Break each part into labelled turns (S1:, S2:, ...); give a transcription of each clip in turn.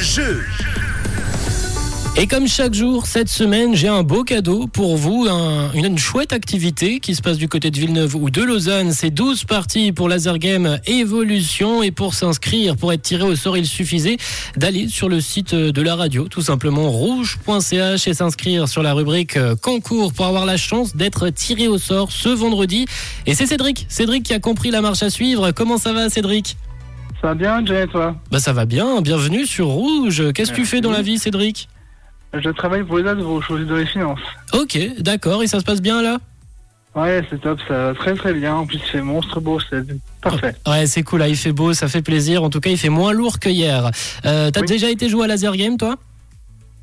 S1: jeu.
S2: Et comme chaque jour, cette semaine, j'ai un beau cadeau pour vous, un- une, une chouette activité qui se passe du côté de Villeneuve ou de Lausanne. C'est 12 parties pour Laser Game Evolution. Et pour s'inscrire, pour être tiré au sort, il suffisait d'aller sur le site de la radio, tout simplement rouge.ch et s'inscrire sur la rubrique euh, concours pour avoir la chance d'être tiré au sort ce vendredi. Et c'est Cédric, Cédric qui a compris la marche à suivre. Comment ça va Cédric
S3: Ça va bien, Jay, toi
S2: Bah ça va bien, bienvenue sur Rouge. Qu'est-ce que tu
S3: Merci.
S2: fais dans la vie Cédric
S3: Je travaille pour les autres aux choses de les finances.
S2: Ok, d'accord, et ça se passe bien là
S3: Ouais, c'est top, ça va très très bien. En plus, c'est monstre beau, c'est parfait.
S2: Ouais, c'est cool, là, il fait beau, ça fait plaisir. En tout cas, il fait moins lourd que hier. Euh, T'as
S3: Oui.
S2: déjà été jouer à Laser Game, toi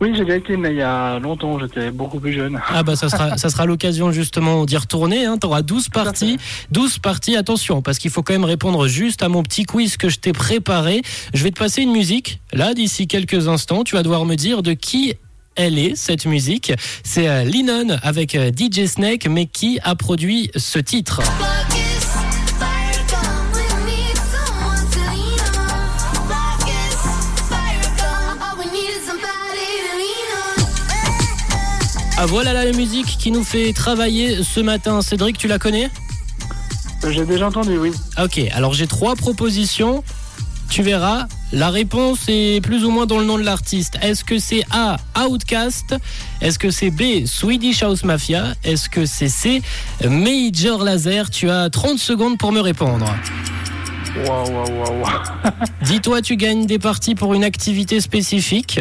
S3: Oui, j'ai déjà été, mais il y a longtemps, j'étais beaucoup plus jeune.
S2: Ah, bah, ça sera, ça sera l'occasion justement d'y retourner. Hein. T'auras 12
S3: à
S2: parties. 12 parties, attention, parce qu'il faut quand même répondre juste à mon petit quiz que je t'ai préparé. Je vais te passer une musique, là, d'ici quelques instants. Tu vas devoir me dire de qui. Elle est cette musique, c'est euh, Lennon avec euh, DJ Snake, mais qui a produit ce titre
S4: Focus, fire gone. We need someone to lean on. Focus, fire gone. All we need is somebody to lean on.
S2: Ah voilà la musique qui nous fait travailler ce matin. Cédric, tu la connais
S3: Euh,
S2: Ah,
S3: J'ai déjà entendu, oui.
S2: Ok, alors j'ai trois propositions. Tu verras, la réponse est plus ou moins dans le nom de l'artiste. Est-ce que c'est A, Outcast Est-ce que c'est B, Swedish House Mafia Est-ce que c'est C, Major Laser Tu as 30 secondes pour me répondre.
S3: Waouh, waouh, waouh, waouh.
S2: Dis-toi, tu gagnes des parties pour une activité spécifique.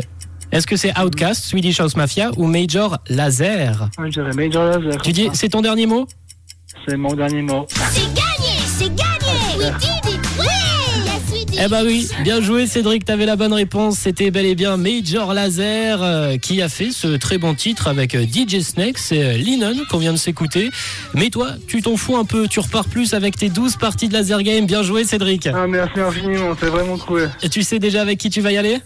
S2: Est-ce que c'est Outcast, Swedish House Mafia ou Major Laser
S3: Ouais, Ah, Je dirais Major Laser. Ah,
S2: Tu dis, c'est ton dernier mot
S3: C'est mon dernier mot.
S4: C'est gagné, c'est gagné. We did it. Ouais. Yes, we did
S2: Eh bah oui, bien joué Cédric, t'avais la bonne réponse. C'était bel et bien Major Laser euh, qui a fait ce très bon titre avec euh, DJ Snake, c'est euh, Lennon qu'on vient de s'écouter. Mais toi, tu t'en fous un peu, tu repars plus avec tes 12 parties de Laser Game. Bien joué Cédric.
S3: Ah, merci infiniment, c'est vraiment cool.
S2: Et tu sais déjà avec qui tu vas y aller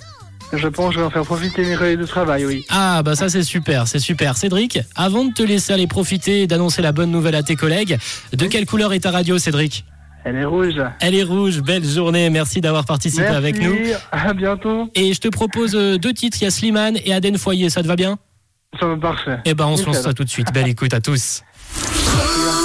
S3: Je pense que je vais en faire profiter mes collègues de travail, oui.
S2: Ah bah ça c'est super, c'est super. Cédric, avant de te laisser aller profiter et d'annoncer la bonne nouvelle à tes collègues, de quelle couleur est ta radio Cédric
S3: Elle est rouge.
S2: Elle est rouge, belle journée, merci d'avoir participé
S3: merci,
S2: avec nous.
S3: à bientôt.
S2: Et je te propose euh, deux titres, il y a Slimane et Aden Foyer, ça te va bien
S3: Ça va parfait.
S2: Eh ben, on se lance
S3: Nickel.
S2: ça tout de suite. Belle écoute à tous.